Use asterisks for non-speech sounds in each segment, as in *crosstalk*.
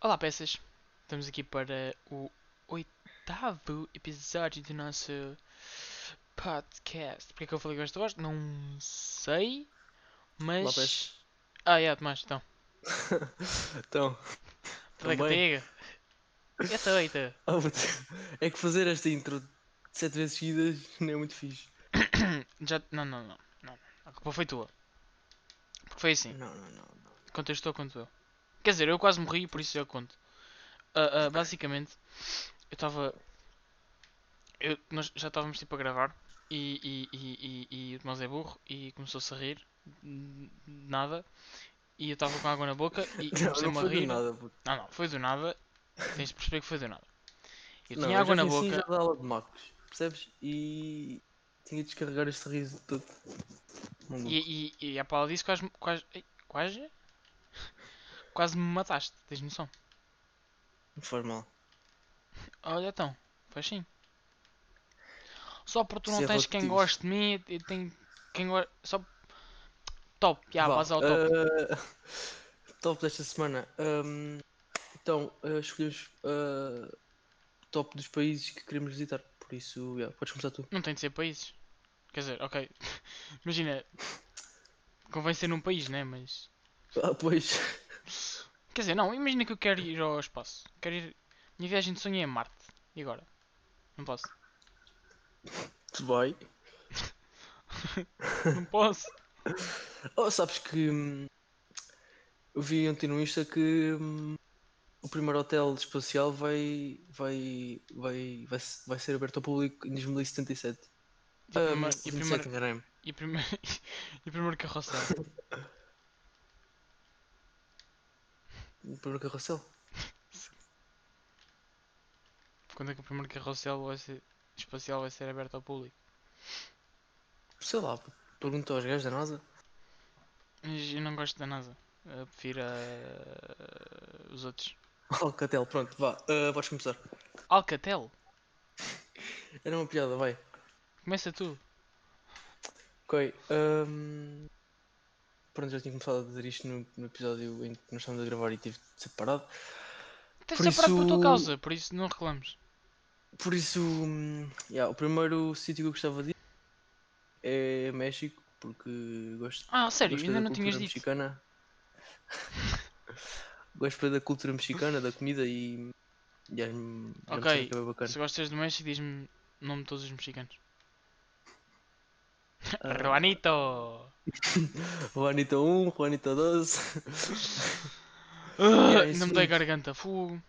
Olá, peças! Estamos aqui para o oitavo episódio do nosso podcast. Porquê é que eu falei com esta voz? Não sei, mas. Olá, peças. Ah, é, demais, então. Então, *laughs* Tudo Também. bem *laughs* contigo? Esta oita! oh, puto, é que fazer esta intro sete vezes seguidas não é muito fixe. Já. Não, não, não, não. A culpa foi tua. Porque foi assim. Não, não, *laughs* não. não. Contestou quanto eu. Quer dizer, eu quase morri, por isso eu conto. Ah, ah, basicamente, eu estava. Eu, nós já estávamos tipo a gravar e, e, e, e, e o Tomás é burro e começou-se a rir. n- Nada. E eu estava com água na boca e *laughs* Não, não comecei-me a foi rir. do nada, puto. Não, não, foi do nada. Tens de perceber que foi do nada. Eu Não, tinha água já na vim assim boca. já da aula de macos, percebes? E tinha de descarregar este riso todo. Maluco. E, e, e a Paula disse quase. Quase. ei, Quase? Quase me mataste, tens noção? Não faz mal. Olha então, faz sim. Só porque tu não Isso é tens quem relativo. goste de mim, eu tenho quem gosta. Só. Top, já, Vá, eh, vais ao top. ah, *laughs* top desta semana. Ahm, então, ah, escolhemos ah, top dos países que queremos visitar. Por isso, yeah, podes começar tu. *laughs* Não tem de ser países. Quer dizer, ok. *laughs* Imagina. Convém ser num país, né? Mas. Ah, pois. Quer dizer, não, imagina que eu quero ir ao espaço. Quero ir. Minha viagem de sonho é a Marte. E agora? Não posso. Tu vai. Não posso. Oh, sabes que hum, eu vi ontem no Insta que hum, o primeiro hotel espacial vai, vai, vai, vai, se- vai ser aberto ao público em 2077. E o Ah, primeiro- e o 27, primeiro- enganei-me. E o primeiro. *laughs* E o primeiro carrossel. O primeiro carrossel. Quando é que o primeiro carrossel vai ser... espacial vai ser aberto ao público? Sei lá, pergunta aos gajos da NASA. *laughs* Mas eu não gosto da NASA. Eu prefiro a... os outros. Alcatel, pronto, vá, ah, podes começar. Alcatel? Era uma piada, vai. Começa tu. Ok. hum, Pronto, já tinha começado a dizer isto no, no episódio em que nós estávamos a gravar e tive de ser parado. Tens Por de separar por tua isso- causa, por isso não reclames. Por isso, hum, yeah, o primeiro sítio que eu gostava de ir é México, porque gosto, Ah, sério, gosto ainda da não cultura tinhas dito. mexicana. *laughs* gosto da cultura mexicana, da comida e. e é, é Ok, que é bem bacana. Se gostas do México, diz-me o nome de todos os mexicanos. *laughs* Ah, Juanito! Juanito 1, Juanito 12. Ah, é isso não me dei mesmo. garganta, fogo.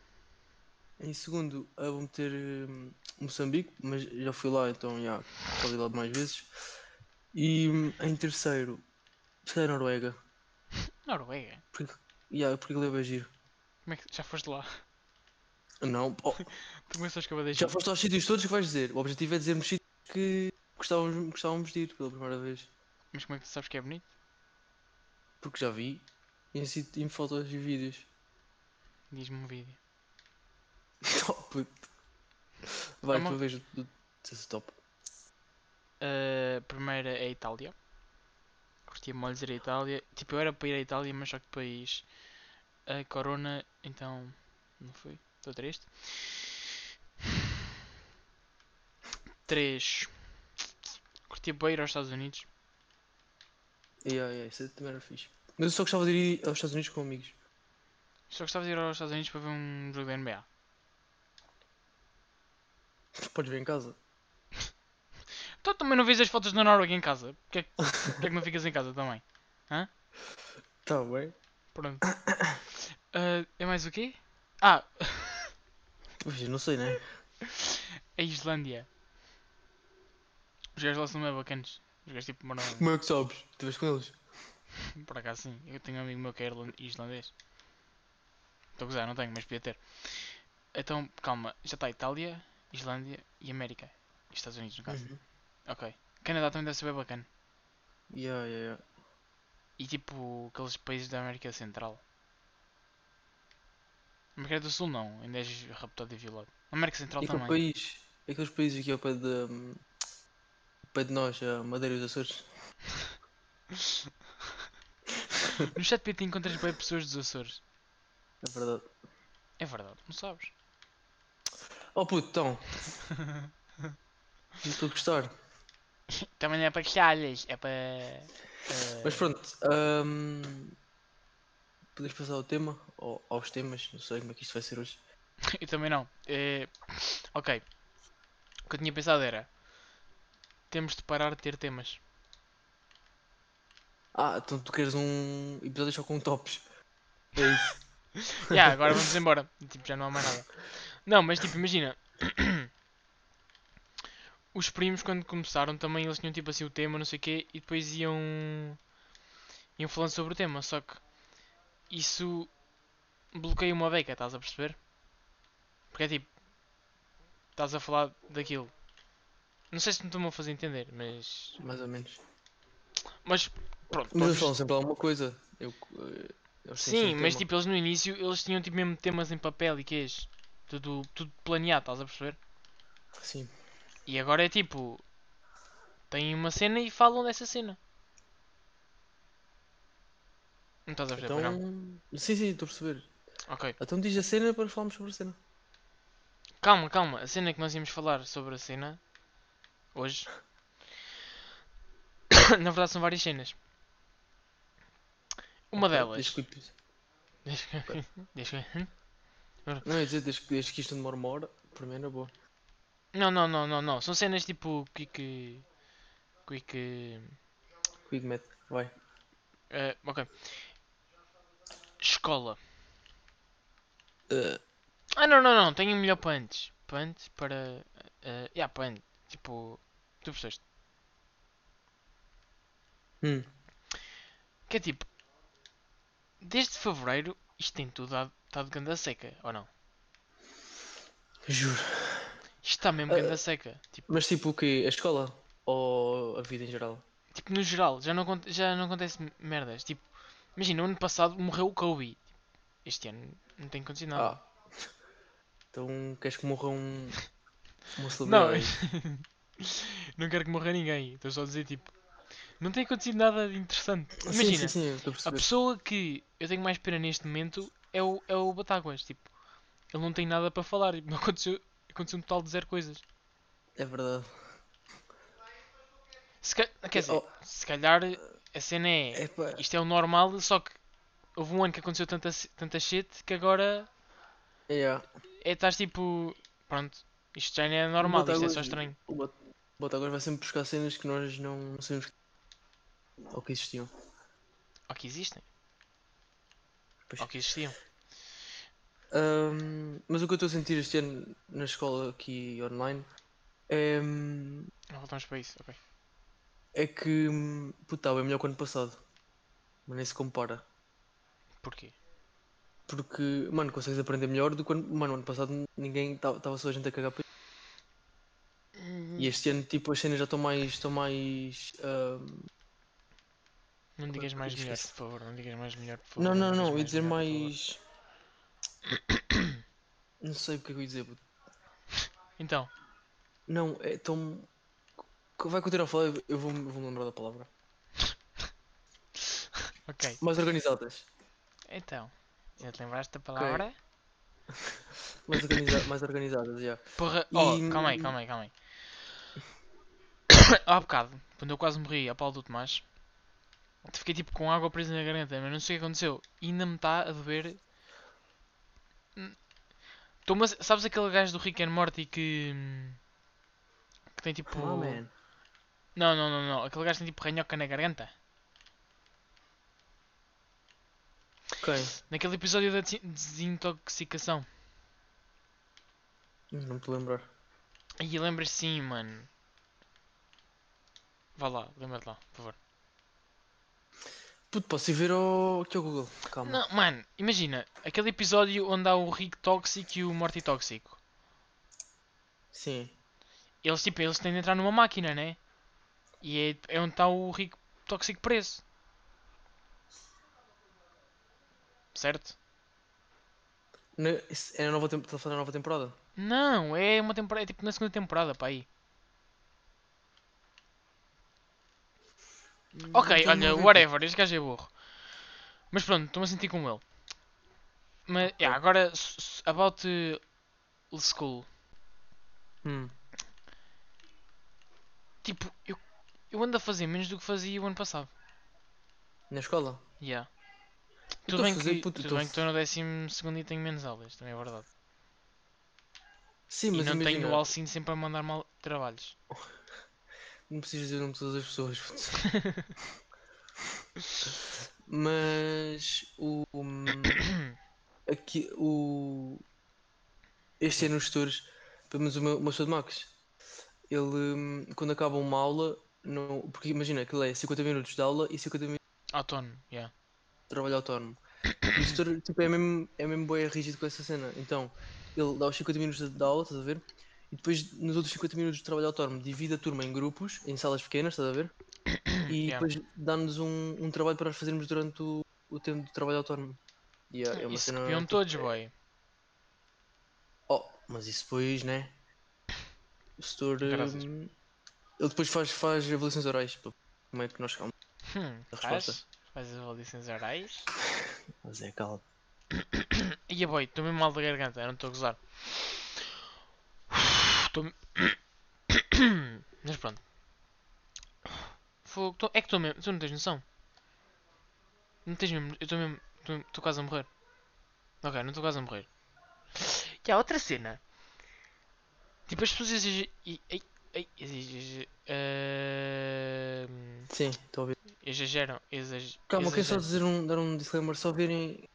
*laughs* em segundo, ah, vou meter hum, Moçambique, mas já fui lá, então já fui lá mais vezes. E hum, em terceiro, se calhar Noruega, Noruega? porque, yeah, porque ele é bem giro. Como é que já foste lá? *laughs* Não, oh, Tu começaste que eu vou Já deixar. foste aos sítios todos que vais dizer. O objetivo é dizer-nos sítios que gostávamos, gostávamos de ir pela primeira vez. Mas como é que tu sabes que é bonito? Porque já vi em, sit- em fotos e vídeos. *laughs* Diz-me um vídeo. Top, puto. Vai, Amor. tua vez. tu- tu- é Top. A primeira é a Itália. Curtia molhos ir à Itália. Tipo, eu era para ir à Itália, mas só que depois a corona, então não fui. Estou triste. 3. Curtia para ir aos Estados Unidos. Yeah, yeah, isso é também era fixe. Mas eu só gostava de ir aos Estados Unidos com amigos. Só gostava de ir aos Estados Unidos para ver um jogo da NBA. Podes ver em casa. Então também não vês as fotos da Noruega em casa. Porquê é que, porquê é que não ficas em casa também? Tá bem. Pronto. Ah, é mais o quê? Ah, Pois, eu não sei, né? a Islândia. Os gajos lá são bem bacanas. Os gajos tipo moram. *laughs* *laughs* Como é que sabes? Estiveste com eles? Por acaso sim, eu tenho um amigo meu que é irlan- islandês. Estou a gozar, não tenho, mas podia ter. Então, calma, já está Itália, Islândia e América. E Estados Unidos, no caso. Uhum. Ok. Canadá também deve ser bem bacana. Yeah, yeah, yeah. E tipo, aqueles países da América Central. América do Sul não, ainda és raptado e violado. América Central E aquele também. país? Aqueles países aqui ao pé de. hum, ao pé de nós, a Madeira e os Açores. No chat PT encontras bem pessoas dos Açores. É verdade. É verdade, não sabes. Oh puto, *laughs* então. Não estou a gostar. Também não é para queixalhas, é para. *laughs* Mas pronto. hum, Podes passar ao tema? Ou aos temas? Não sei como é que isto vai ser hoje. Eu também não. Eh, Ok. O que eu tinha pensado era. Temos de parar de ter temas. Ah, então tu queres um episódio só com tops. *laughs* É isso. Ya, agora vamos embora. Tipo, já não há mais nada. Não, mas tipo, imagina. *clears throat* Os primos quando começaram também eles tinham tipo assim o tema, não sei o quê, e depois iam. iam falando sobre o tema, só que isso bloqueia uma beca, estás a perceber? Porque é tipo. Estás a falar daquilo. Não sei se me estão a fazer entender, mas. Mais ou menos. Mas pronto, Mas eles vamos- falam sempre alguma coisa. Eu, eh, eles têm Sim, sempre mas tema. tipo, eles no início eles tinham tipo mesmo temas em papel e queijo. Tudo, tudo planeado, estás a perceber? tipo- Sim. E agora é tipo. Têm uma cena e falam dessa cena. Não estás a perceber? Então. pois Não? Sim, sim, estou a perceber. Ok. Então diz a cena para falarmos sobre a cena. Calma, calma. A cena que nós íamos falar sobre a cena. Hoje. *coughs* Na verdade são várias cenas. Uma Ok, delas. Desde que o epi- Deixa que- deixa que- Não, ia dizer, desde, que- desde que isto demora uma hora, para mim era boa. Não, não, não, não, não. São cenas tipo. Quick. Quick. Quick Math, vai. Eh, ok. Escola. Eh, Ah, não, não, não. Tenho um melhor para antes. Para antes, para. eh, yeah, para antes. Tipo. Tu percebeste? hum. Que é tipo. Desde fevereiro, isto tem tudo a- está de ganda seca, ou não? Juro. Isto está mesmo Eh, ganda seca. Tipo, Mas tipo o quê? A escola? Ou a vida em geral? tipo, no geral, já não, aconte- já não acontece merdas. Tipo, imagina, o ano passado morreu o Kobe. Este ano não tem acontecido nada. Ah. *laughs* Então queres que morra um. Uma Não, celebridade? *laughs* não quero que morra ninguém. Estou só a dizer, tipo, não tem acontecido nada de interessante. Sim, Imagina, Sim, sim, estou a a perceber. pessoa que eu tenho mais pena neste momento é o, é o Batáguas. Tipo, ele não tem nada para falar. tipo, *laughs* Não aconteceu, aconteceu um total de zero coisas. É verdade. Se, ca- quer dizer, Oh. se calhar a cena é. Epá, Isto é o normal, só que houve um ano que aconteceu tanta, ce- tanta shit que agora é, é. é, estás tipo. Pronto, isto já não é normal, isto é só Batáguas- estranho. O Bot- o Botagoras vai sempre buscar cenas que nós não sabemos que. Ou que existiam. Ou que existem, Pois. ou que existiam. Ahm, mas o que eu estou a sentir este ano na escola aqui online é, hum, Não voltamos para isso, ok. é que hum, puta, é melhor que o ano passado. Mas nem se compara. Porquê? Porque, mano, consegues aprender melhor do que ano, mano, ano passado ninguém estava só a gente a cagar para isso. E este ano tipo as cenas já estão mais estão mais ah, ahm, Não digas que mais eu melhor, esqueci? por favor. Não digas mais melhor, por favor. Uhum. Não, não, digas não, eu ia dizer melhor, por favor. mais. *coughs* Não sei o que é que eu ia dizer, puto. Então, Não, é tão. Co- Vai continuar a falar, eu- eu vou, eu vou me lembrar da palavra. ok. Mais organizadas. Então, já te lembraste da palavra? Mais, organiza *coughs* mais organizadas, já. Porra. Oh, E- calma aí, calma aí, *coughs* calma aí. Há bocado, quando eu quase morri a pau do Tomás, fiquei tipo com água presa na garganta, mas não sei o que aconteceu. E ainda me está a doer. Hum. Tô-me a- Sabes aquele gajo do Rick and Morty que. hum, que tem tipo. Oh, man. Não, não, não, não. Aquele gajo tem tipo ranhoca na garganta. Ok. Naquele episódio da desi- desintoxicação. Não me estou a lembrar. E lembras sim, mano. Vá lá, lembra-te lá, por favor. Puto, posso ir ver ao... aqui ao Google. Calma. Não, mano, imagina, aquele episódio onde há o Rick tóxico e o Morty tóxico. Sim. Eles, tipo, eles têm de entrar numa máquina, né? E é, é onde está o Rick tóxico preso. Certo? Na... isso É a nova tem... Está a falar da nova temporada? Não, é uma temporada, é tipo na segunda temporada, pá aí. Ok, Então não olha, vi, puto. Hum, whatever, este gajo é burro. Mas pronto, estou-me a sentir com ele. Mas, yeah, agora, s- s- about eh, school. Hum. Tipo, eu, eu ando a fazer menos do que fazia o ano passado. Na escola? Yeah. Tudo Eu tô a bem, fazer, que, puto, eu tudo tô a bem que estou no décimo segundo e tenho menos aulas, também é verdade. Sim, e mas não imagina, tenho o Alcino sempre a mandar mal trabalhos. não precisas dizer o nome de todas as pessoas. puto. *laughs* mas o hum, aqui o este ano os tutores, pelo menos o meu, o meu senhor de Max, ele hum, quando acaba uma aula, não, porque imagina, aquilo é 50 minutos de aula e 50 minutos Outono, yeah. trabalho autónomo. E o setor tipo, é mesmo, é mesmo bem rígido com essa cena. Então, ele dá os 50 minutos de- da aula, estás a ver? E depois, nos outros 50 minutos de trabalho autónomo, divide a turma em grupos, em salas pequenas, estás *coughs* a ver? E Yeah. depois dá-nos um, um trabalho para nós fazermos durante o, o tempo de trabalho autónomo. E é, é Isso uma um cena. é copiam todos, boy. Oh, mas isso depois, né? O setor. Graças. hum, ele depois faz, faz avaliações orais. pô. Como é que nós calma? Hum, A faz? resposta. Faz as avaliações orais? Mas é calma. Ia boy, estou é mesmo mal da garganta, eu não estou a gozar. Estou. *coughs* Mas pronto. Fogo, tô- é que estou mesmo. Tu não tens noção? Não tens mesmo. Eu estou mesmo. Estou quase a morrer. Ok, não estou quase a morrer. E há outra cena. Tipo, as pessoas exigem. e- ei, ei, exigem- Ahm, Sim, estou a ouvir. ehm, Exageram. exage- Calma, quero só exageram. dizer um, dar um disclaimer, só virem.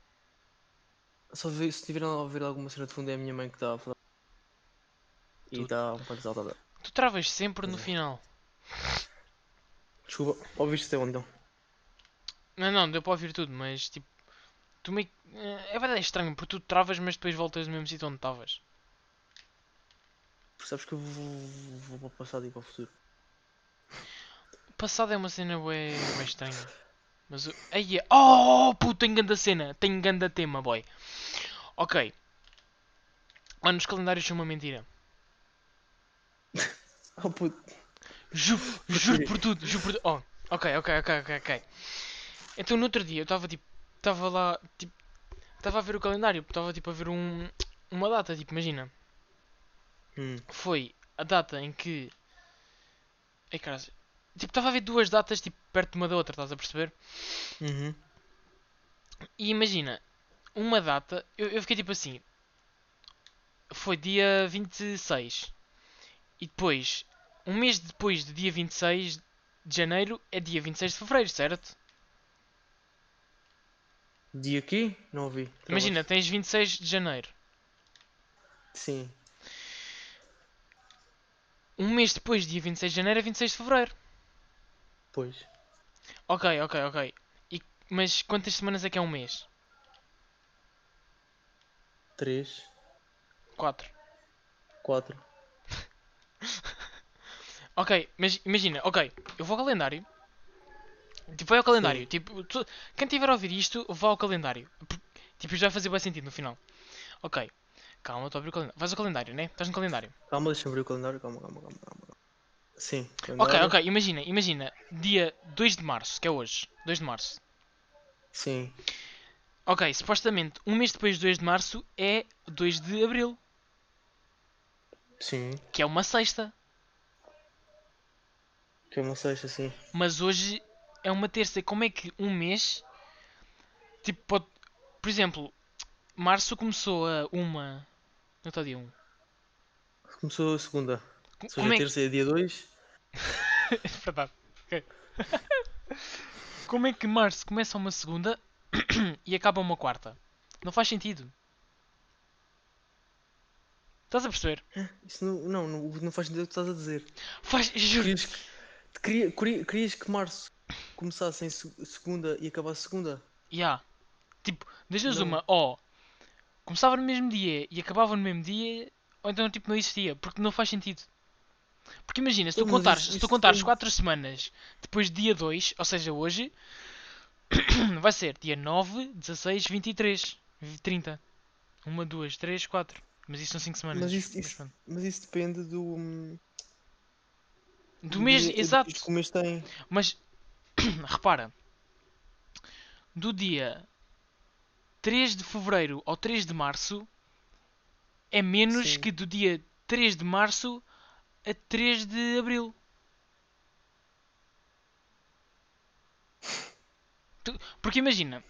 Só vi, se tiverem a ouvir alguma cena de fundo é a minha mãe que está a falar. E Tudo. está um pouco exaltada. Tu travas sempre no Pois é. final. Desculpa, ouviste até onde então? Não, não, deu para ouvir tudo, mas tipo. Tu meio. que- É verdade, é estranho, porque tu travas, mas depois voltas no mesmo sítio onde estavas. Percebes que eu vou, vou, vou para o passado e para o futuro. O passado é uma cena bué, bué estranha. Mas o. Aí é. Oh, puto, tenho ganda cena, tenho ganda tema, boy. Ok. Mano, os calendários são uma mentira. Oh puto, Juro, quê? juro por tudo, juro por tudo. Oh, ok, ok, ok, ok, ok. Então no outro dia eu estava tipo, estava lá, tipo, estava a ver o calendário, estava tipo a ver um, uma data, tipo, imagina. hum, foi a data em que. Ei, caras. Tipo, estava a ver duas datas tipo, perto uma da outra, estás a perceber? uhum. E imagina, uma data, eu, eu fiquei tipo assim. Foi dia 26. E depois, um mês depois do dia 26 de janeiro, é dia 26 de fevereiro, certo? Dia aqui? Não ouvi. Travaste. Imagina, tens 26 de janeiro. Sim. Um mês depois, dia 26 de janeiro, é 26 de fevereiro. Pois. Ok, ok, ok. E, mas quantas semanas é que é um mês? 3, 4. 4. Ok, mas imagina, ok, eu vou ao calendário. Tipo, vai ao calendário. Tipo, tu- quem tiver a ouvir isto, vá ao calendário. Por- Tipo, isto vai fazer bem sentido no final. Ok, calma, estou a abrir o calendário. Vais ao calendário, né? Estás no calendário. Calma, deixa eu abrir o calendário. Calma, calma, calma. calma. calma. Sim. Ok, calendário. ok, imagina, imagina. Dia 2 de março, que é hoje. 2 de março. Sim. Ok, supostamente, um mês depois de 2 de março é 2 de abril, Sim. que é uma sexta. Que é uma sexta, sim. Mas hoje é uma terça. Como é que um mês. Tipo, pode. Por exemplo, março começou a uma. Não está dia 1. Começou a segunda. Se Como é hoje é que. terça é dia 2. *laughs* Verdade. Ok. como é que março começa uma segunda *coughs* e acaba uma quarta? Não faz sentido. Estás a perceber? Isso não, não, não, não faz sentido o que estás a dizer. Faz. *laughs* Juro. Querias que, te queria- queria- querias que março começasse em se- segunda e acabasse segunda? Yeah. Tipo, das duas Não. uma, ó. começava no mesmo dia e acabava no mesmo dia, ou então tipo não existia, porque não faz sentido. Porque imagina, se tu Então, mas contares, isso- se tu isso contares tem- 4 semanas depois de dia 2, ou seja, hoje, *coughs* vai ser dia 9, 16, 23, 30. 1, 2, 3, 4. Mas isso são 5 semanas. Mas isso, isso- pronto. mas isso depende do. hum, Do mês, dia- exato. Do que o mês tem. *coughs* Mas repara, do dia 3 de fevereiro ao 3 de março é menos Sim. que do dia 3 de março a 3 de abril. Tu- Porque imagina,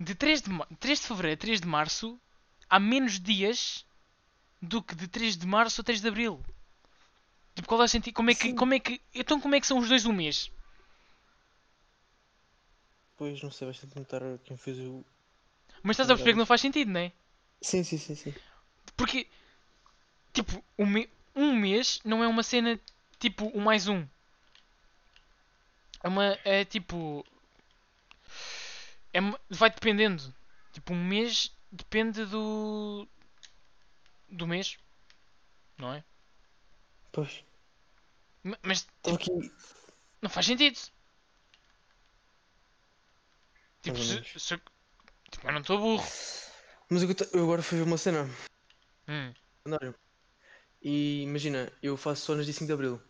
de 3 de, ma- 3 de fevereiro a 3 de março há menos dias do que de 3 de março a 3 de abril. Tipo, qual é o sentido? Como é que, Sim. como é que, então como é que são os dois um mês? Pois não sei, vais ter de perguntar a quem fez o. Mas estás a perceber que não faz sentido, não é? Sim, sim, sim, sim. Porque, tipo, um, me- um mês não é uma cena tipo o mais um. É uma. É tipo. É, uma- vai dependendo. Tipo, um mês depende do. do mês. Não é? Pois. Ma- Mas Estou aqui. não faz sentido. Tipo, Mais ou se, menos. se- tipo, eu não estou burro. Mas eu, eu agora fui ver uma cena. Hum, calendário. E imagina, eu faço só nos dia 5 de Abril.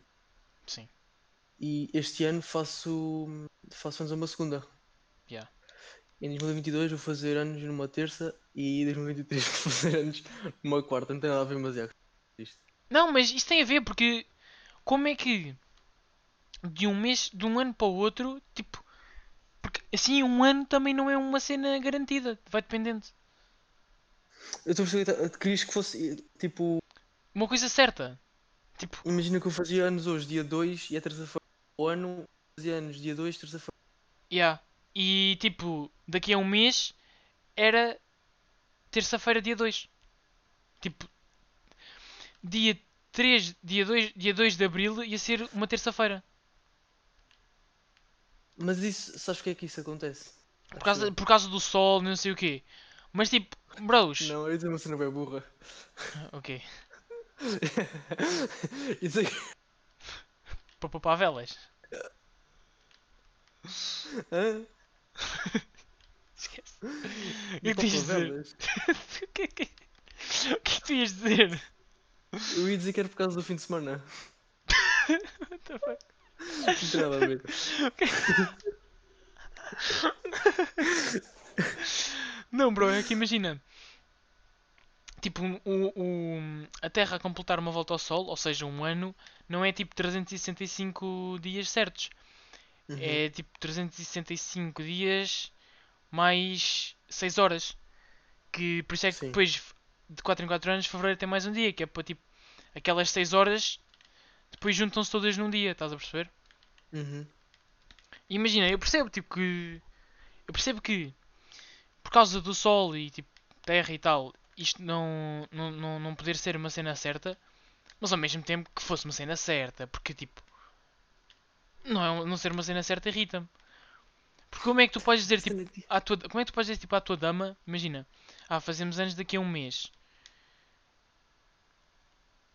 sim. E este ano faço, faço anos a uma segunda. Yeah. Em 2022 vou fazer anos numa terça e em 2023 *laughs* vou fazer anos numa quarta. Não tem nada a ver, mas é. Isto. Não, mas isso tem a ver porque como é que de um mês, de um ano para o outro, tipo, porque assim um ano também não é uma cena garantida, vai dependendo. Eu estou a perceber, que- querias que fosse tipo. Uma coisa certa. Tipo, Imagina que eu fazia anos hoje, dia 2 e é terça-feira. O ano, fazia anos dia 2, terça-feira. yeah. E tipo, daqui a um mês era terça-feira dia 2. Tipo, dia 3, dia 2, dia 2 de abril ia ser uma terça-feira. Mas isso, sabes porque é que isso acontece? Por causa, por causa do sol, não sei o quê. Mas tipo, bros. Não, eu disse uma cena bem burra. *laughs* Ok. isso é que. Para poupar velas. Hã? *laughs* Esquece. O que é que tu Topa ias dizer? O velas. *laughs* que é que o que é que tu ias dizer? Eu ia dizer que era por causa do fim de semana. *laughs* What the fuck? Não tem nada a ver. Não, bro, é que imagina. Tipo, um- o, o- a Terra a completar uma volta ao Sol, ou seja, um ano, não é tipo 365 dias certos. Uhum. É tipo 365 dias mais 6 horas. Que por isso é que Sim. depois de 4 em 4 anos, fevereiro tem mais um dia, que é para tipo aquelas 6 horas, depois juntam-se todas num dia, estás a perceber? Uhum. E Imagina, eu percebo tipo que eu percebo que por causa do sol e tipo terra e tal, isto não não, não não poder ser uma cena certa, mas ao mesmo tempo que fosse uma cena certa, porque tipo não é um- não ser uma cena certa irrita-me. Porque como é que tu podes dizer Uhum. tipo à tua, como é que tu podes dizer tipo à tua dama, imagina, ah, fazemos anos daqui a um mês.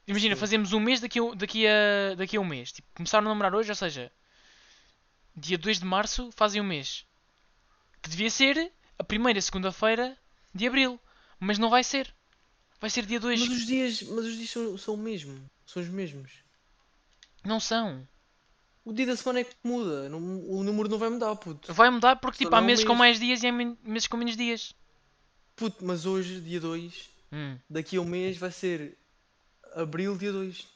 Imagina, Sim. fazemos um mês daqui a, daqui a, daqui a um mês. Tipo, começaram a namorar hoje, ou seja, dia 2 de março fazem um mês. Que devia ser a primeira segunda-feira de abril. Mas não vai ser. Vai ser dia 2. Mas os dias, mas os dias são, são o mesmo. São os mesmos. Não são. O dia da semana é que muda. não- o número não vai mudar, puto. Vai mudar porque Só tipo, não há é um meses com mês. mais dias e há men- meses com menos dias. Puto, mas hoje, dia 2, Hum. daqui a um mês vai ser abril, dia 2.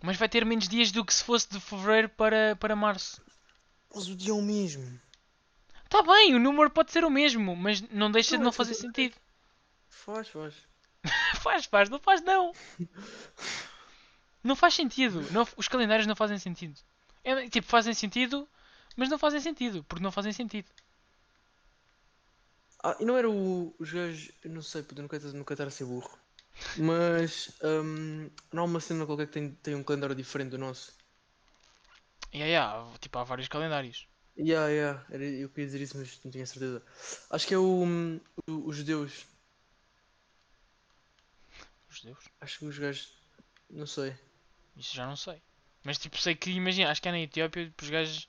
Mas vai ter menos dias do que se fosse de fevereiro para, para março. Mas o dia é o mesmo. Tá bem, o número pode ser o mesmo, mas não deixa Não, de não é tudo fazer bem. sentido. *laughs* Faz, faz. Faz, faz, não faz não. Não faz sentido. Não- os calendários não fazem sentido. É, tipo, fazem sentido, mas não fazem sentido, porque não fazem sentido. Ah, e não era o, os gajos. eu Não sei, puto, eu nunca, nunca estar a ser burro. Mas hum, não há uma cena qualquer que tem, tem um calendário diferente do nosso. E aí há, tipo, há vários calendários. Yeah, yeah, era- eu queria dizer isso, mas não tinha certeza. Acho que é o, hum, o- os judeus. Os deus, Acho que os gajos. Não sei. isso já não sei. Mas tipo, sei que, imagina, acho que é na Etiópia, tipo, os gajos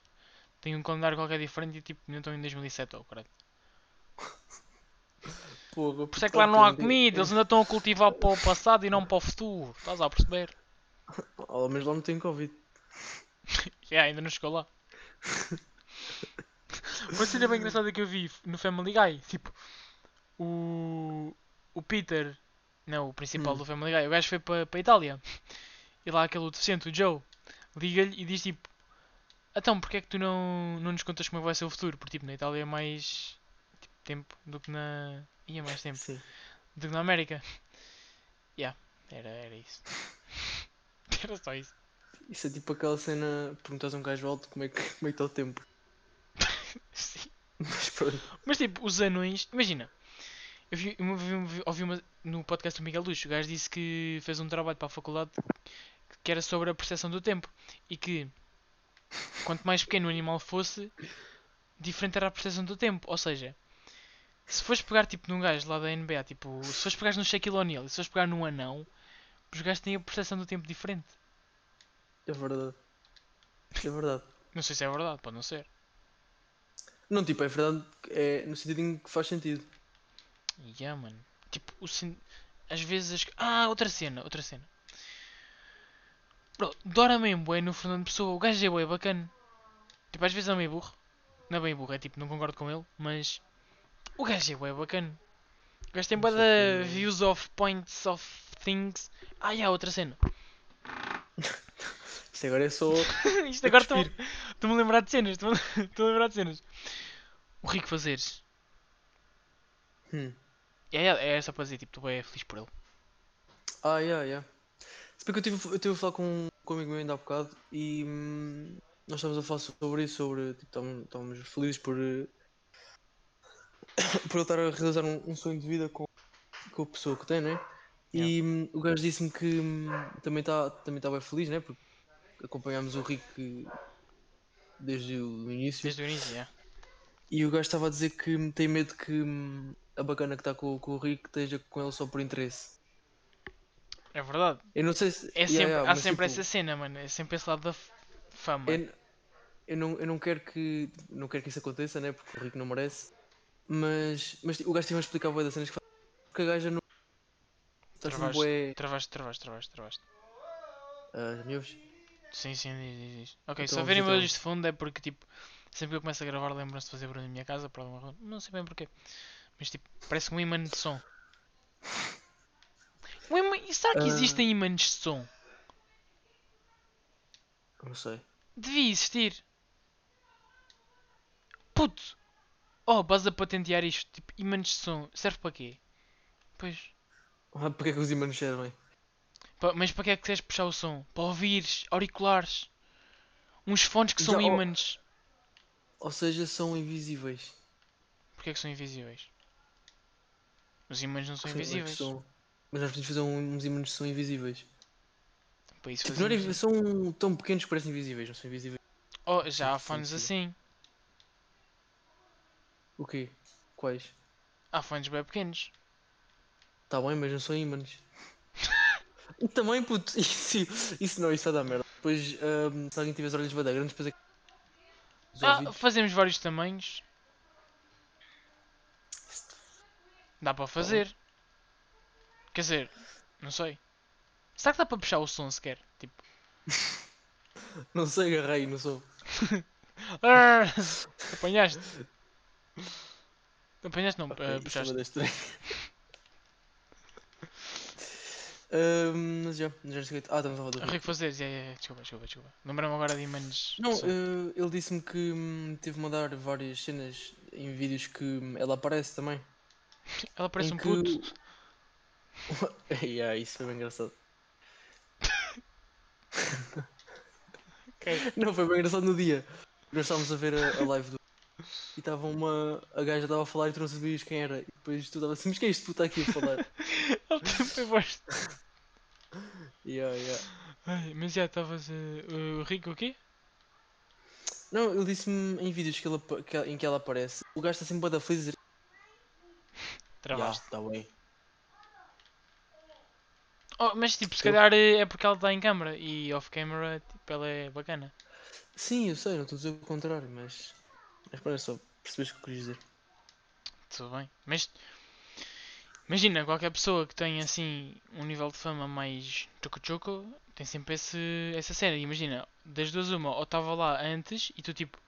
têm um calendário qualquer diferente e tipo, ainda estão em 2007 ou caralho. Porra, Por isso é que lá não há comida, eles ainda estão a cultivar para o passado e não para o futuro. Estás a perceber? Oh, mas lá não tem Covid. Yeah, É, ainda não chegou lá. *laughs* Uma cena bem engraçada que eu vi no Family Guy, tipo, o, o Peter, não, o principal Hum. do Family Guy, o gajo foi para a Itália. E lá aquele deficiente, o Joe, liga-lhe e diz tipo: Então, porque é que tu não, não nos contas como é que vai ser o futuro? Porque tipo, na Itália é mais tipo, tempo do que na. Ia mais tempo Sim. do que na América. Yeah, era, era isso. *laughs* Era só isso. Isso é tipo aquela cena, perguntas a um gajo alto como é que *laughs* como é que está o tempo. Sim. Mas pronto. Mas tipo, os anões. Imagina. Eu vi, eu vi- eu vi- ouvi uma, no podcast do Miguel Luz, o gajo disse que fez um trabalho para a faculdade que era sobre a percepção do tempo e que quanto mais pequeno o animal fosse, diferente era a percepção do tempo. Ou seja, se fores pegar tipo num gajo lá da NBA, tipo, se fores pegar no Shaquille O'Neal e se fores pegar num anão, os gajos têm a percepção do tempo diferente. É verdade. Isso é verdade. Não sei se é verdade, pode não ser. Não, tipo, é verdade é no sentido em que faz sentido. Yeah, mano. Tipo, o cin... às vezes. as- Ah, outra cena, outra cena. Bro, Dora mesmo é no Fernando Pessoa. O gajo é bué bacana. Tipo, às vezes é meio burro. Não é bem burro, é tipo, não concordo com ele, mas. O gajo é bué bacana. O gajo tem bué Não sei de quem é. views of points of things. Ah, yeah, outra *coughs* cena. Isto agora é só. Isto agora estou- estou-me a lembrar de cenas. Estou-me a- *laughs* estou-me a lembrar de cenas. O Rico Fazeres. Hum. É, é, é só para dizer, tipo, tu é feliz por ele. Ah, yeah, yeah. Se bem que eu estive eu tive a falar com, com um amigo meu ainda há bocado e hum, nós estávamos a falar sobre isso, sobre tipo, estávamos, estávamos felizes por, *coughs* eh, por eu estar a realizar um, um sonho de vida com, com a pessoa que tem, né? E hum, o gajo disse-me que hum, também está também tá bem feliz, né? Porque acompanhámos o Rick eh, desde o início. Desde o início, yeah. E o gajo estava a dizer que hum, tem medo que hum, a bacana que está com, com o Rick esteja com ele só por interesse. é verdade. Eu não sei se. É Yeah, sempre, yeah, há mas, sempre tipo, É, essa cena, mano. É sempre esse lado da f- fama. Eu, eu não, eu não quero que não quero que isso aconteça, né? Porque o Rico não merece. Mas, mas tipo, o gajo teve a explicar boa das cenas que faz. Porque a gaja não. Está sendo Travaste. bué. Travaste, travaste, travaste, travaste. Ah, já me ouves? Sim, sim, diz, diz, diz. Ok, Então só vamos verem então. barulhos de fundo é porque, tipo, sempre que eu começo a gravar, lembram-se de fazer barulho na minha casa, por alguma razão. Não sei bem porquê. Mas, tipo, parece um imã de som. Um imã... E será que Ah. existem imãs de som? Não sei. Devia existir. Puto! Oh, vas a patentear isto. Tipo, imãs de som. Serve para quê? Pois. Ah, porque é que os imãs servem? Pa- mas para que é que queres puxar o som? Para ouvires, auriculares, uns fones que são Já, ó- ímãs. Ou seja, são invisíveis. Porque é que são invisíveis? Os ímãs não são Sim, mas invisíveis. é são- Mas nós podemos fazer um- uns imãs que são invisíveis. Para isso Tipo, não era fazemos- invi- são tão pequenos que parecem invisíveis, não são invisíveis. Oh, já há Sim, sim, fones sim. assim. O quê? Quais? Há fones bem pequenos. Tá bem, mas não são ímãs. *laughs* Também, puto, isso, isso não, isso está a dar merda. Depois, ahm, se alguém tiver os olhos bué da grandes, depois é que. Os Ah, ouvidos. fazemos vários tamanhos. Dá para fazer. Quer dizer, não sei. Será que dá para puxar o som sequer? Tipo. *laughs* Não sei, agarrei, não sou. "Arr!" "Ah, *laughs* Apanhaste? Apanhaste não, eh, Ok, isso é puxaste. bué da *laughs* estranho. Ahm, Hum, mas já, já não sei o que- Ah, estamos a falar do O Rico. Rico Fazeres, é, é, é, desculpa, desculpa, desculpa. Lembrei-me agora de Imanes. Não, eh, ele disse-me que hum, teve-me a dar várias cenas em vídeos que hum, ela aparece também. Ela parece eh, em um que- puto. *laughs* yeah, isso foi bem engraçado. Ok. Não, foi bem engraçado no dia. Nós estávamos a ver a, a live do. E estava uma. A gaja estava a falar e tu não sabias quem era. E depois tu estava assim, mas quem é este puto aqui a falar? *laughs* *laughs* Ela tem foi bosta. yeah, yeah. Ai, Mas já estavas. eh, o Rico o quê? Não, ele disse-me em vídeos que ela, apa- que ela- em que ela aparece. O gajo está sempre bué da feliz a dizer. "Ya, Travaste. tá bem. Oh, mas tipo, se calhar eh, é porque ela está em câmara e off-camera, tipo, ela é bacana. Sim, eu sei, não estou a dizer o contrário, mas. Mas pronto, é só percebes o que eu queria dizer. Tudo bem. Mas. Imagina, qualquer pessoa que tem assim um nível de fama mais choco-choco tem sempre esse, essa cena. Imagina, das duas uma, ou estava lá antes e tu tipo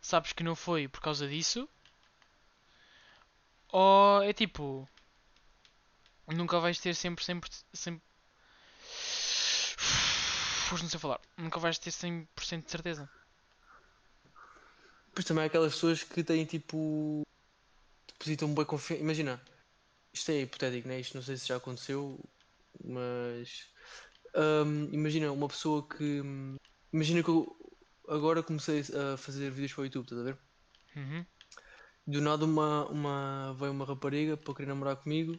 sabes que não foi por causa disso, Ou é tipo. Nunca vais ter sempre, sempre, sempre. *sighs* Foste não sei falar. Nunca vais ter 100% de certeza. Depois também há aquelas pessoas que têm tipo. depositam boa confiança. Imagina, isto é hipotético, né? Isto não sei se já aconteceu, mas. hum, imagina uma pessoa que. hum, Imagina que eu agora comecei a fazer vídeos para o YouTube, estás a ver? Uhum. Do nada uma, uma, veio uma rapariga para querer namorar comigo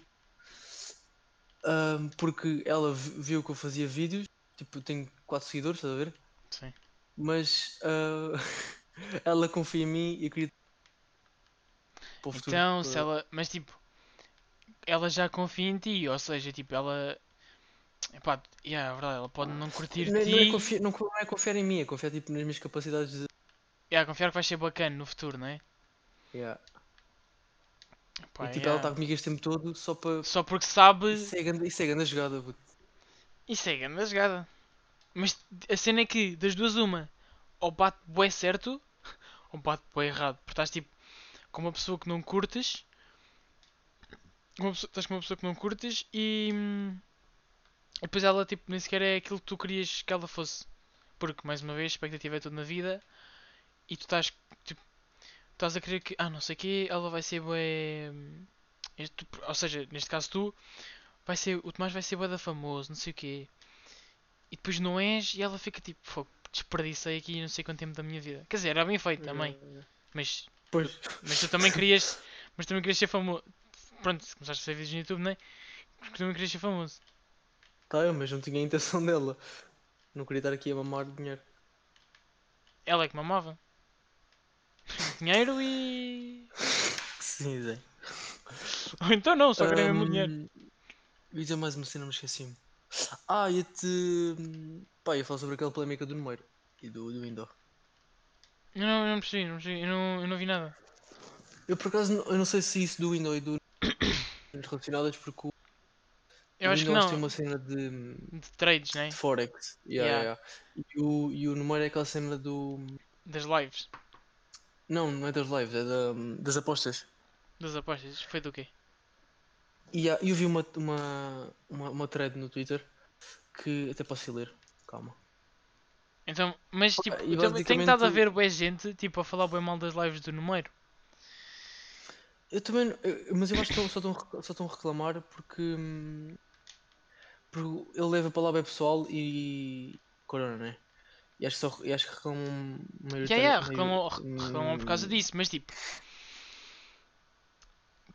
Ahm, porque ela vi- viu que eu fazia vídeos, tipo, eu tenho 4 seguidores, estás a ver? Sim. Mas ah, *laughs* ela confia em mim e eu queria para o futuro, Então, se para- ela. Mas tipo. Ela já confia em ti, ou seja, tipo, ela. Epá, yeah, é verdade, ela pode não curtir Não, não ti. é confiar, não, não é confiar em mim, é confiar tipo, nas minhas capacidades de. Yeah, confiar que vais ser bacana no futuro, não é? Yeah. Epá, e tipo, yeah. ela está comigo este tempo todo só para. Só porque sabe. Isso é grande, isso é grande jogada, puto. Isso é grande jogada. Mas a cena é que, das duas, uma, ou bate bué certo, *laughs* ou bate bué errado. Porque estás tipo com uma pessoa que não curtes, com uma pessoa- estás com uma pessoa que não curtes e. hum, e depois ela tipo nem sequer é aquilo que tu querias que ela fosse. Porque, mais uma vez, expectativa é tudo na vida e tu estás tipo. Estás a querer que. Ah, não sei o quê, ela vai ser bué. hum, este- ou seja, neste caso tu, vai ser, o Tomás vai ser bué da famoso, não sei o quê. E depois não és e ela fica tipo, fogo, desperdicei aqui não sei quanto tempo da minha vida. Quer dizer, era bem É. feito também, mas, Pois. mas tu também querias, mas também querias ser famoso. Pronto, se começaste a fazer vídeos no YouTube, não é? Porque também querias ser famoso. Tá, eu, mas não tinha a intenção *laughs* dela. Não queria estar aqui a mamar dinheiro. Ela é que mamava. *laughs* Dinheiro e. *laughs* Sim, Zé. Ou então não, só queria mesmo dinheiro. Ahm, ia dizer mais uma cena, mas esqueci-me. Ah, ia-te. Pá, ia falar sobre aquela polémica do Numeiro e do, do Indo. Eu não, eu não percebi, não percebi, eu não, eu não vi nada. Eu por acaso, não- eu não sei se isso do Indo e do. *coughs* relacionadas, porque o Eu acho que Windows tem não. uma cena de. De trades, né? de Forex. Yeah, Yeah. yeah, yeah. E, o, e o Numeiro é aquela cena do. Das lives, Não, não é das lives, é da, das apostas. das apostas. Foi do quê? E há- eu vi uma, uma, uma, uma thread no Twitter que até posso ir ler. Calma. Então, mas tipo, e eu também tenho estado a basicamente- ver bué gente, tipo, a falar bem mal das lives do Numeiro. Eu também. não- eu- mas eu acho que só estão a rec- só estão a reclamar porque. hum, Porque ele leva para lá bem pessoal e. Corona, né? E acho que, só, e acho que reclamam. um Yeah, maioritari- yeah, maior- reclamam, re- reclamam por causa hum, disso, mas tipo.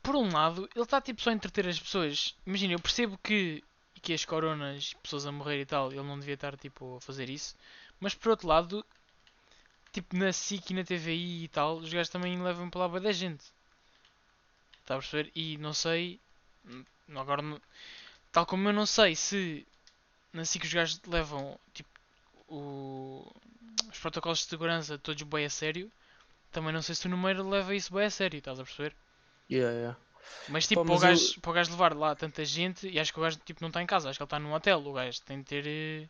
Por um lado, ele está tipo só a entreter as pessoas. Imagina, eu percebo que, que as coronas, pessoas a morrer e tal, ele não devia estar tipo a fazer isso. Mas por outro lado, tipo na SIC e na TVI e tal, os gajos também levam para lá bué da gente. Está a perceber? E não sei. n- Agora, não- tal como eu não sei se na SIC os gajos levam tipo o os protocolos de segurança todos bem a sério, também não sei se o número leva isso bem a sério, estás a perceber? Yeah, yeah. Mas tipo, Pá, para, o mas eu- gajo, para o gajo levar lá tanta gente, e acho que o gajo tipo, não está em casa, acho que ele está num hotel, o gajo tem de ter. eh,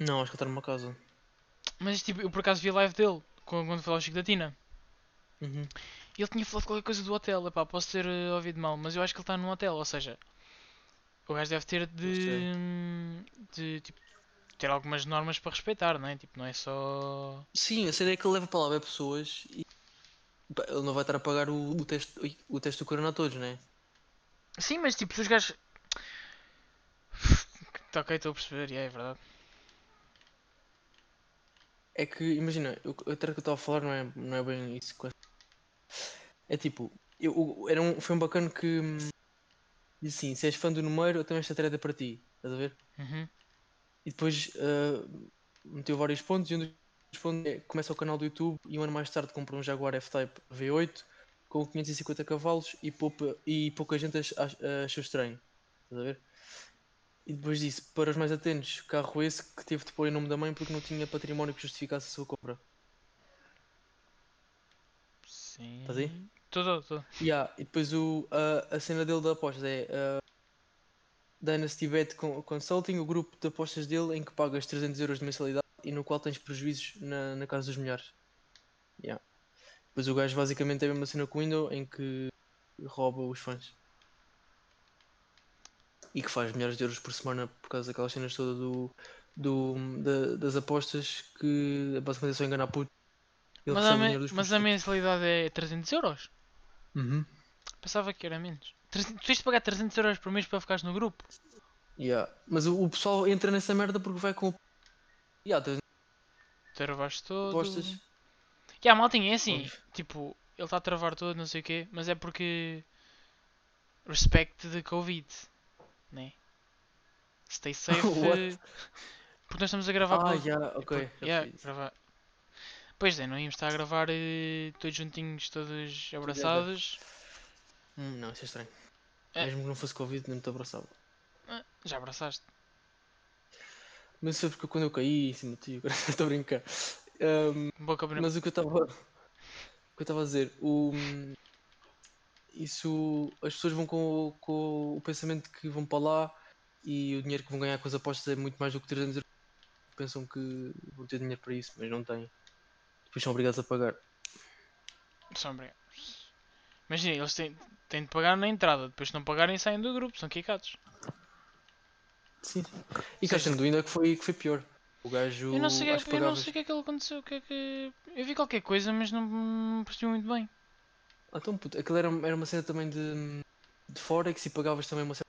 Não, acho que ele está numa casa. Mas tipo, eu por acaso vi a live dele, quando quando foi lá o Chico da Tina. Uhum. E Ele tinha falado qualquer coisa do hotel, epá, posso ter eh, ouvido mal, mas eu acho que ele está num hotel, ou seja, o gajo deve ter de. de tipo, ter algumas normas para respeitar, não é? Tipo, não é só. Sim, a cena é que ele leva para lá bem pessoas e. pá, Ele não vai estar a pagar o, o, teste, ui, o teste do Corona a todos, né? Sim, mas tipo, se os gajos. Tá ok, estou a perceber, yeah, é verdade. É que, imagina, eu, a treta que eu estava a falar não é, não é bem isso. que eu- É tipo, eu, o- era um, foi um bacana que hum, disse assim: se és fã do número, eu tenho esta treta para ti, estás a ver? Uhum. E depois ah, meteu vários pontos, e um dos pontos é: começa o canal do YouTube e um ano mais tarde compra um Jaguar F-Type V8 com 550 cavalos e, poupa, e pouca gente ach- ach- achou estranho, estás a ver? E depois disse: para os mais atentos, carro esse que teve de pôr em nome da mãe porque não tinha património que justificasse a sua compra. Sim. Estás aí? Estou, estou. Yeah, e depois o, a- a cena dele da apostas é ah, Dynasty Bet Con- Consulting, o grupo de apostas dele em que pagas 300 euros de mensalidade e no qual tens prejuízos na, na casa dos milhares. Yeah. Depois o gajo basicamente é a mesma cena com o Windows em que rouba os fãs. E que faz milhares de euros por semana por causa daquelas cenas todas do, do, da- das apostas que é basicamente só enganar puto. Ele Mas, a, recebe men- dinheiro dos mas putos. a mensalidade é 300 euros. Uhum. Pensava que era menos. 300 Tu tens de pagar 300 euros por mês para ficares no grupo. Yeah. Mas o, o pessoal entra nessa merda porque vai com. Yeah, tens Travaste todo. apostas. E a maltinha é assim, Pois. tipo, ele está a travar todo, não sei o quê, mas é porque. Respect de Covid, né? Stay safe. *laughs* What? porque nós estamos a gravar. Ah, pelo- yeah, ok. por- É yeah, gravar- Pois é, não íamos estar a gravar eh, todos juntinhos, todos abraçados. Hum, não, isso é estranho. É. Mesmo que não fosse Covid, nem te abraçava. Ah, já abraçaste. Mas foi porque quando eu caí em cima de ti, *laughs* agora estou a brincar. Ahm, Boca branca. mas o que eu estava. O que eu estava a dizer, o. Isso. As pessoas vão com, o- com o pensamento que vão para lá e o dinheiro que vão ganhar com as apostas é muito mais do que 300 euros. Pensam que vão ter dinheiro para isso, mas não têm. Depois são obrigados a pagar. São obrigados. Imagina, eles têm, têm de pagar na entrada, depois se não pagarem saem do grupo, são quicados. Sim, sim. E Caixa do ainda é que foi, que foi pior. O gajo. Eu não, sei o acho que, que eu não pagavas. sei o que é que ele aconteceu, o que é que. Eu vi qualquer coisa, mas não, não percebi muito bem. Ah, então, puto, aquilo era, era uma cena também de, de Forex e pagavas também uma cena.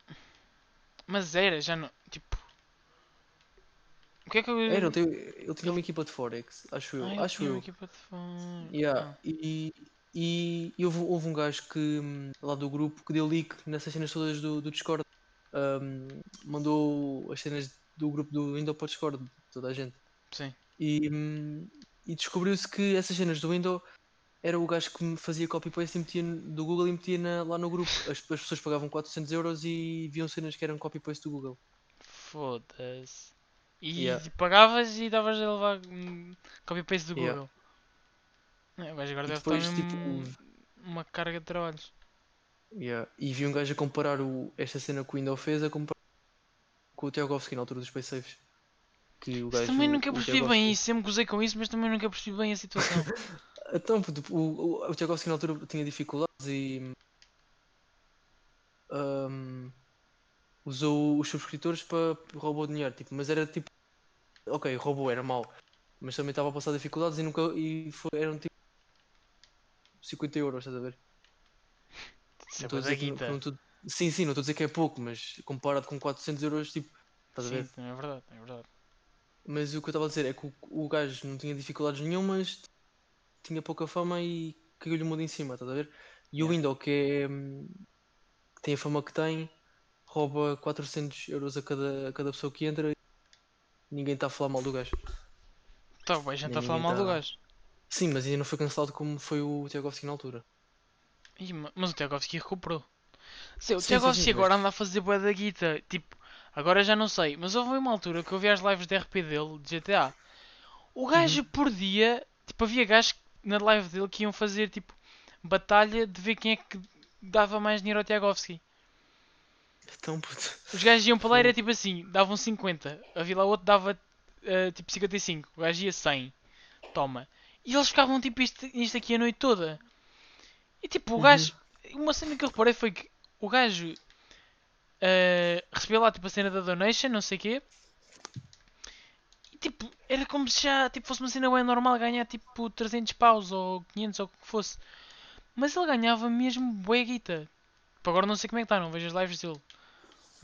Mas era, já não. Tipo. O que é que eu. Era, ele tinha, ele tinha uma equipa de Forex, acho eu. Ai, acho Ah, tinha eu. uma equipa de ah. fã- Yeah. E, e, e houve, houve um gajo que hum, lá do grupo que deu leak nessas cenas todas do, do Discord. Hum, mandou as cenas do grupo do Windows para o Discord, toda a gente. Ah, sim. E, hum, e descobriu-se que essas cenas do Windows era o gajo que me fazia copy-paste e metia no- do Google e metia na- lá no grupo. As, as pessoas pagavam 400 euros e viam cenas que eram copy-paste do Google. Foda-se. E Yeah. pagavas e davas a levar hum, copy-paste do Yeah. Google. É, o gajo agora E deve depois, estar tipo, mesmo uma carga de trabalhos. Yeah. E vi um gajo a comparar o- esta cena que o Windows fez a comparar com o Teogovski na altura dos Space Saves. Que o Mas gajo, também nunca o percebi bem isso, sempre gozei com isso, mas também nunca percebi bem a situação. Teogoski- Então, puto, o, o, o Teogovski na altura tinha dificuldades e hum, usou os subscritores para roubou dinheiro, tipo, mas era tipo, ok, roubou, era mau, mas também estava a passar dificuldades e nunca e foi, eram tipo 50 euros, estás a ver? *laughs* Isso Não é estou bué a da dizer que não- guita. que não estou- Sim, sim, não estou a dizer que é pouco, mas comparado com 400 euros, tipo, estás a ver? Sim, também é verdade, é verdade. Mas o que eu estava a dizer é que o, o gajo não tinha dificuldades nenhumas, tinha pouca fama e caiu-lhe o mundo em cima, estás a ver? E o Yeah. Windows, que é. hum, que tem a fama que tem, rouba 400 euros a cada, a cada pessoa que entra e ninguém está a falar mal do gajo. Tá, bem, a gente Nem está a falar ninguém mal do tá- gajo. Sim, mas ainda não foi cancelado como foi o Tiagovski na altura. Ih, ma- mas o Tegovski recuperou. Sei, o Sim, sim, sim, Tegovski agora mas- anda a fazer bué da guita. Tipo, agora já não sei, mas houve uma altura que eu vi as lives de RP dele, de GTA. O gajo por dia, tipo, havia gajos que- na live dele que iam fazer, tipo, batalha de ver quem é que dava mais dinheiro ao Tegovski. Então, puto. Os gajos iam para lá e era tipo assim, davam 50. Havia lá outro que dava eh, tipo 55. O gajo ia 100. Toma. E eles ficavam tipo isto, isto aqui a noite toda. E tipo, o Uhum. gajo. Uma cena que eu reparei foi que o gajo eh, recebeu lá tipo a cena da donation, não sei o quê. E tipo, era como se já tipo, fosse uma cena bem normal ganhar tipo 300 paus ou 500 ou o que fosse. Mas ele ganhava mesmo bué guita. Tipo, agora não sei como é que está, não vejo as lives dele.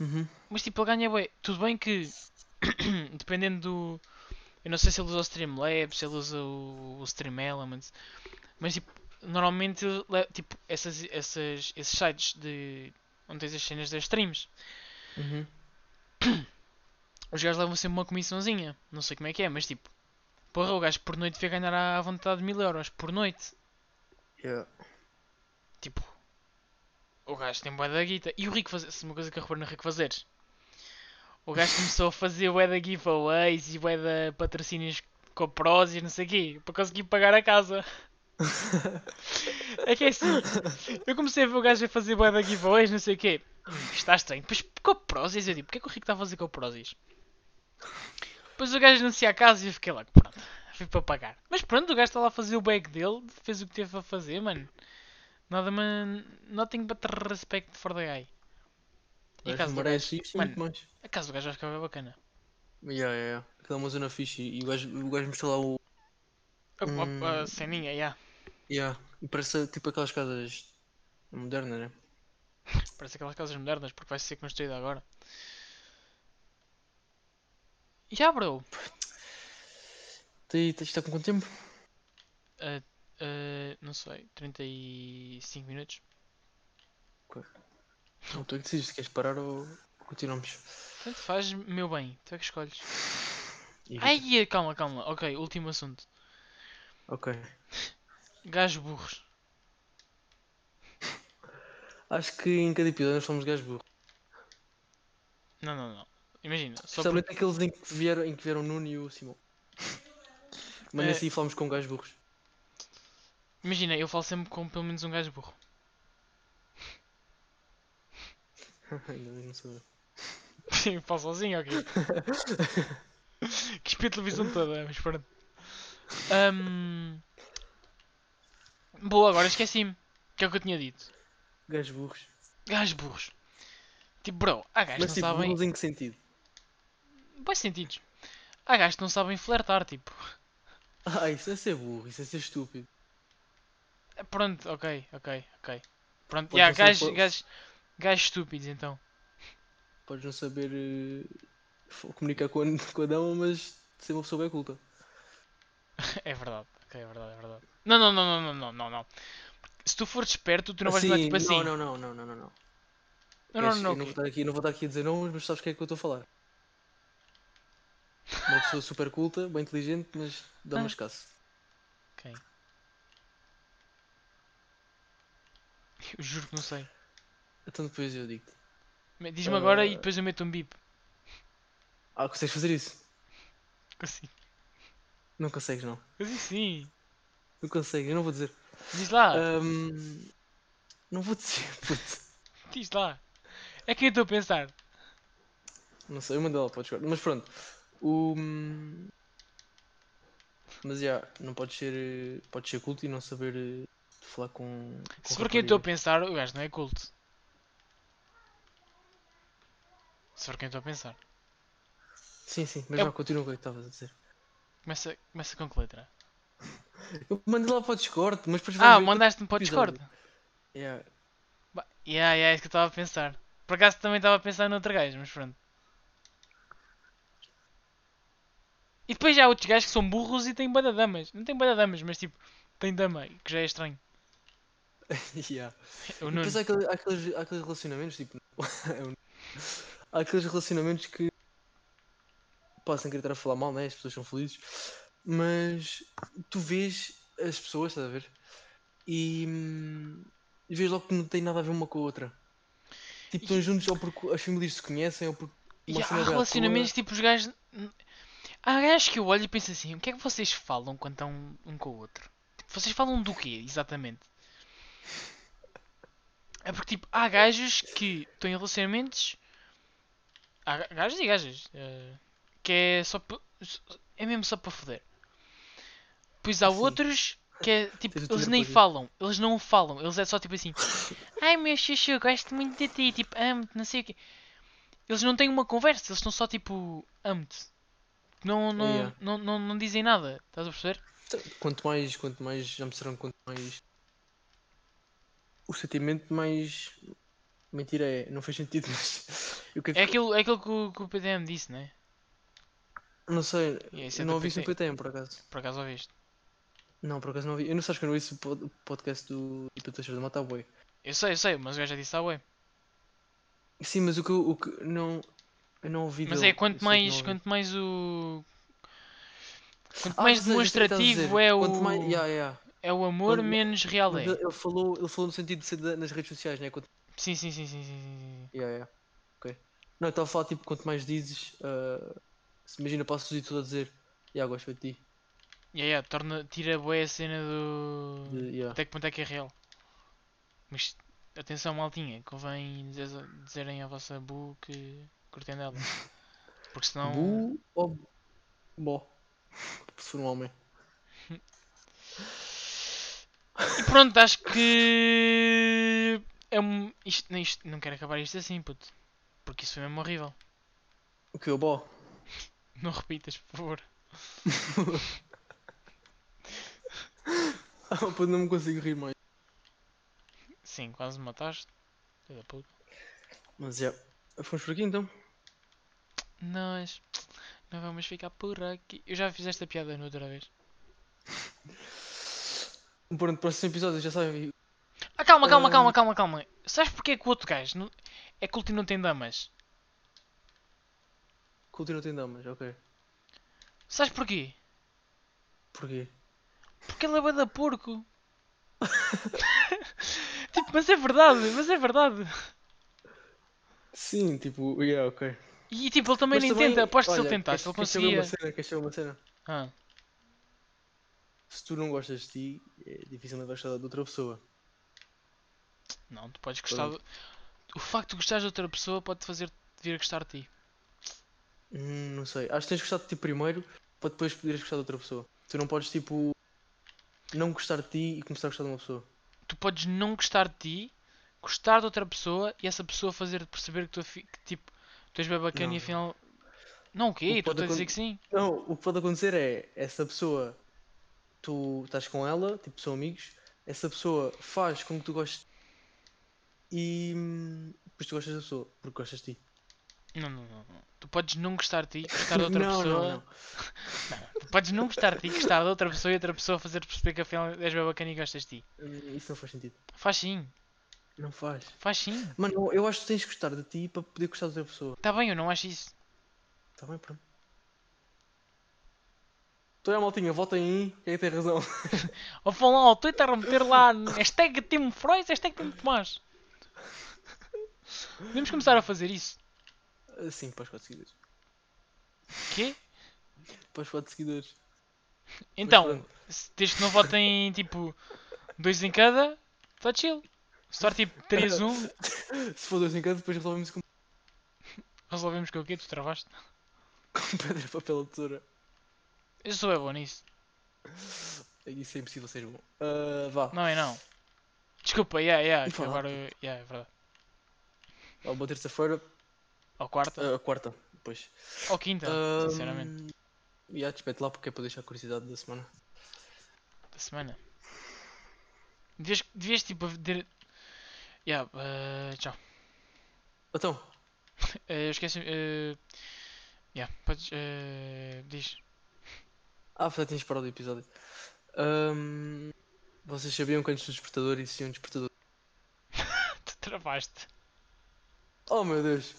Uhum. Mas tipo, ele ganha bué. Tudo bem que *clears throat* dependendo do. Eu não sei se ele usa o Streamlabs, se ele usa o, o Stream Elements, mas tipo, normalmente ele le- tipo, essas, essas, esses sites de onde tens as cenas das streams, Uhum. os gajos levam sempre uma comissãozinha. Não sei como é que é, mas tipo, porra, o gajo por noite devia ganhar à vontade mil euros por noite. Yeah. Tipo, o gajo tem bué da guita. E o Rico Fazeres, uma coisa que eu reparei no Rico Fazeres. O gajo começou a fazer bué da giveaways e bué da patrocínios com pros e não sei o quê, para conseguir pagar a casa. é que é assim, eu comecei a ver o gajo a fazer bué da giveaways, não sei o quê. Hum, Está estranho. Depois com prozis, eu digo, porque é que o Rico está a fazer com prozis? Depois o gajo anuncia a casa e eu fiquei lá, pronto, fui para pagar. Mas pronto, o gajo está lá a fazer o bag dele, fez o que teve a fazer, mano. Nada, man. Nothing but respect for the guy. E a Mas casa do gajo. merece isto e Mano. muito mais. A casa do gajo acho que é bacana. Yeah, yeah, yeah. Aquela é uma zona fixe e o gajo, o gajo mostrou lá o. A, Hum. a, a ceninha, yeah. Yeah. E parece tipo aquelas casas modernas, né? Parece aquelas casas modernas porque vai ser construída agora. Já, bro. Tem, tem, está com quanto tempo? Ah, ah, não sei, 35 minutos. Não, tu é que decides, se queres parar ou continuamos? Tanto faz, meu bem. Tu é que escolhes. E- Ai, ia, calma, calma. Ok, último assunto. Ok. Gajos burros. Acho que em cada episódio nós fomos gajos burros. Não, não, não. Imagina, só por... Especialmente aqueles em que vieram, em que vieram o Nuno e o Simão. Mas É. assim falamos com gajos burros. *laughs* Imagina, eu falo sempre com pelo menos um gajo burro. Ainda bem que não sou eu. Sim, falo sozinho, *laughs* ok. que espia a televisão toda, mas pronto. Hum. Ahm, Hum, Boa, agora esqueci-me. O que é o que eu tinha dito? Gajos burros. Gajos burros. Tipo, bro, há gajos Mas que tipo, não sabem. burros em que sentido? Bons sentidos. Há gajos que não sabem flertar, tipo. Ah, isso é ser burro, isso é ser estúpido. Pronto, ok, ok, ok. Pronto, Pode yeah, não ser gajos, fo- gajos, gajos estúpidos então. *laughs* Podes não saber eh, f- comunicar com a, *laughs* com a dama, mas ser uma pessoa bem culta. É verdade, ok, é verdade, é verdade. Não, não, não, não, não, não, não. Se tu for desperto, tu não vais Assim, falar tipo assim. Não, não, não, não, não, não. Não, não, não, Esquece, eu não, ok. vou estar aqui, eu não vou estar aqui a dizer nomes, mas sabes o que é que eu estou a falar. Uma pessoa super culta, bem inteligente, mas dá Ah. uma escasso. Ok. Eu juro que não sei. Então depois eu digo-te. Me- Diz-me agora e Eh, depois eu meto um bip. Ah, consegues fazer isso? Consigo. Não consegues, não. Consigo sim. Ah. Não consegues, eu não vou dizer. Diz lá, Ahm, não vou dizer, *laughs* puto. diz lá. É que eu estou a pensar. Não sei, eu mando lá, podes guardar. Mas pronto. O... hum, Mas já, não podes ser. eh, Podes ser culto e não saber eh, falar com. com Se for quem eu estou a raparigas. pensar, o gajo não é culto. Se for quem eu estou a pensar. Sim, sim, mas Eu- já continua com o que estavas a dizer. Começa, começa com que letra? Eu mando lá para o Discord, mas depois vais Ah, ver- mandaste-me para o episódio. Discord. Yeah. Bah, yeah, yeah, é isso que eu estava a pensar. Por acaso também estava a pensar noutro gajo, mas pronto. E depois já há outros gajos que são burros e têm bué de damas. Não têm bué de damas, mas tipo, têm dama, que já é estranho. *laughs* É Yeah. O E Nuno. depois há aquele- há aqueles, há aqueles relacionamentos, tipo. *laughs* é o Nuno. há aqueles relacionamentos que. Pá, sem querer estar a falar mal, né? As pessoas são felizes. Mas tu vês as pessoas, estás a ver? E. hum, E vês logo que não tem nada a ver uma com a outra. Tipo, estão juntos ou porque as famílias se conhecem ou porque. E há cena é bem à relacionamentos que tipo os gajos. Há gajos que eu olho e penso assim: o que é que vocês falam quando estão um com o outro? Tipo, vocês falam do quê, exatamente? É porque tipo, há gajos que estão em relacionamentos. Há ga- gajos e gajas. eh, que é só. pa- É mesmo só para foder. Pois há Ah, Sim. outros que é tipo, *laughs* Tens o eles Tinder nem para ver. falam, eles não falam, eles é só tipo assim: Ai meu chuchu, gosto muito de ti, tipo, amo-te, não sei o quê. Eles não têm uma conversa, eles estão só tipo, amo-te. Não, não, Yeah. não, não, não dizem nada, estás a perceber? toa. Quanto mais, quanto mais já me serão, quanto mais. O sentimento mais. Mentira é, não fez sentido, *laughs* mas. Eu quero É aquilo, é aquilo que, o, que o PTM disse, né? Não sei, E isso é eu do não ouvi isso no PT. PTM, por acaso. Por acaso ouviste? Não, por acaso não ouvi. Eu não sei, acho que eu não ouvi esse pod- podcast é do Ipa Teixeira da Mata Boi. Eu sei, eu sei, mas o gajo já disse, ah, ué. Sim, mas o que eu, o que não, eu não ouvi Mas dele. é quanto Isso que não mais, ouvi. quanto mais o. Quanto Ah, mais eu sei, eu sei o que estás a demonstrativo dizer. é Quanto o, mais... Yeah, yeah. é o amor, quanto- menos real é. Mas Ele, ele falou, ele falou no sentido de ser da- nas redes sociais, né? Quanto... Sim, sim, sim, sim, sim, sim, sim. Yeah, yeah. Ok. Não, eu estava a falar, tipo, quanto mais dizes... ah, se Imagina, posso dizer tudo a dizer... Yeah, gosto de ti. Yeah, yeah, torna, tira bué a cena do. De- yeah. Até que ponto é que é real? Mas atenção, maltinha, convém dizer- dizerem à vossa bu que curtem dela. Porque senão. Bu ou... Bo. Se for um homem. E pronto, acho que. É um... isto, não, isto- não quero acabar isto assim, puto. Porque isso foi mesmo horrível. *laughs* O que o bó? Não repitas, por favor. *laughs* Ah, puto, não me consigo rir mais. Sim, quase me mataste. Filho da puta. Mas já. Fomos por aqui então? Nós não vamos ficar por aqui. Eu já fiz esta piada no outra vez. Pronto, próximo episódio, já sabem. Ah, calma, calma, Ah. calma, calma, calma. Sabes porque é que o outro gajo não... é que o último não tem damas? Continua tem damas, ok. Sabes porquê? Porquê? Porque ele é bué da porco. tipo, mas é verdade, mas é verdade. Sim, tipo, yeah, ok. E tipo, ele também Mas nem também, tenta. Aposto que se olha, ele tentasse, ele queres- queres saber conseguia. Uma cena, queres saber uma cena? Ah, Se tu não gostas de ti, é dificilmente vais gostar de outra pessoa. não, tu podes gostar. do- O facto de gostares de outra pessoa pode fazer vir a gostar de ti. Hum, não sei. Acho que tens de gostar de ti primeiro para depois poderes gostar de outra pessoa. Tu não podes, tipo, não gostar de ti e começar a gostar de uma pessoa. Tu podes não gostar de ti, gostar de outra pessoa e essa pessoa fazer-te perceber que tu, afi- que, tipo, tu és bem bacana Não. e afinal. Não, o O quê? que Tu pode estás a dizer acon- que sim? Não, o que pode acontecer é essa pessoa, tu estás com ela, tipo, são amigos, essa pessoa faz com que tu gostes e hum, depois tu gostas da pessoa porque gostas de ti. Não, não, não. não. Tu podes não gostar de ti, gostar de *laughs* outra não, pessoa. não, não. Tu *laughs* podes não gostar de ti, gostar de outra pessoa e outra pessoa fazer-te perceber que afinal és bem bacana e gostas de ti. Hum, Isso não faz sentido. Faz sim, Não faz. faz sim. Mano, eu acho que tens de gostar de ti para poder gostar de outra pessoa. Tá bem, eu não acho isso. Tá bem, pronto. Então é, maltinha, votem aí. Quem é que tem razão? Ou vão lá ao Twitter meter lá hashtag Tim Freud, hashtag Tim Tomás. Podemos começar a fazer isso. Ah, Sim, para os 4 seguidores. Quê? Para os 4 seguidores. Mas Então, pronto. se- desde que não votem tipo dois em cada, está chill. Se for tipo 3 um, Se for dois em casa, depois resolvemos com, resolvemos que é o quê? Tu travaste? com *laughs* pedra, papel ou tesoura. Eu sou é bom nisso. Isso é impossível ser bom. Ah, vá. Não é não. Desculpa, yeah, yeah, E que falar, agora. Yeah, é verdade. Vá, boa terça-feira. Ou quarta, ah, quarta, depois. ou quinta, Ah, sinceramente. E yeah, despete lá porque é para deixar a curiosidade da semana. da semana. Devias, devias tipo ver. Yeah, eh, tchau. Então, Eh, eu esqueci. eh, yeah, podes. eh, diz. *laughs* ah, já tínhamos parado o episódio. Ahm, vocês sabiam que antes do despertador existia um despertador? Tu travaste. Oh meu Deus!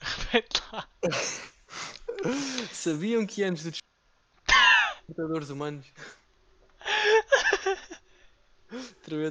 Repete lá. Sabiam que antes do des- *laughs* despertadores humanos. Outra vez.